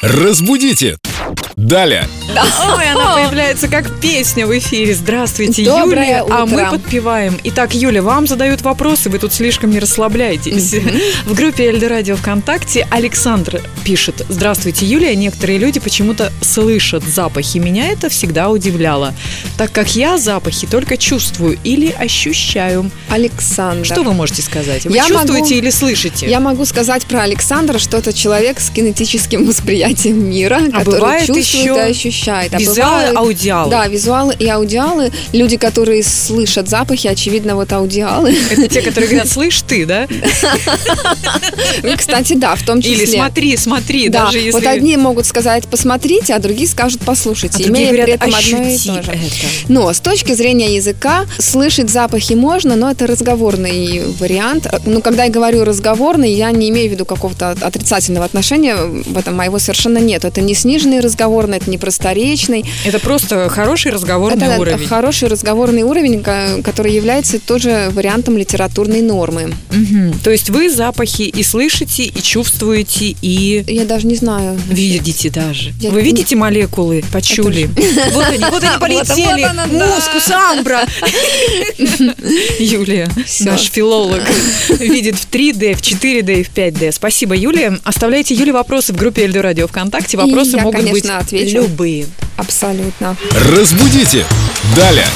Разбудите! Далее. Ой, она появляется как песня в эфире. Здравствуйте, Доброе Юлия. А утро. мы подпеваем. Итак, Юля, вам задают вопросы, вы тут слишком не расслабляетесь. В группе Эльдорадио ВКонтакте Александр пишет. Здравствуйте, Юлия. Некоторые люди почему-то слышат запахи. Меня это всегда удивляло. Так как я запахи только чувствую или ощущаю. Александр. Что вы можете сказать? Вы Я чувствуете могу- или слышите? Я могу сказать про Александра, что это человек с кинетическим восприятием мира, который А бывает чувствует еще и ощущает. А Визуалы, бывают- аудиалы. Да, визуалы и аудиалы. Люди, которые слышат запахи, очевидно, вот аудиалы. Это те, которые говорят, слышь ты, да? Ну, Кстати, да, в том числе. Или смотри, смотри, Да, даже если... вот одни могут сказать «посмотрите», а другие скажут А «послушайте», другие имея говорят, при этом одно и ощути то же. это. Но с точки зрения языка слышать запахи можно, но это разговорный вариант. Ну, когда я говорю разговорный, я не имею в виду какого-то от- отрицательного отношения, в этом моего совершенно нет. Это не сниженный разговорный, это не просторечный. Это просто хороший разговорный Это уровень. хороший разговорный уровень, ко- который является тоже вариантом литературной нормы. Мгм. То есть вы запахи и слышите, и чувствуете, и Я даже не знаю. видите даже. Я- Вы видите молекулы, почули? Вот они, вот они полетели. она, да. Мускус, амбра. Юлия, Всё. наш филолог, видит в 3D, в 4D и в 5D. Спасибо, Юлия. Оставляйте Юле вопросы в группе Эльду Радио ВКонтакте. Вопросы я, могут быть конечно, отвечу. любые. Абсолютно. Разбудите! Далее.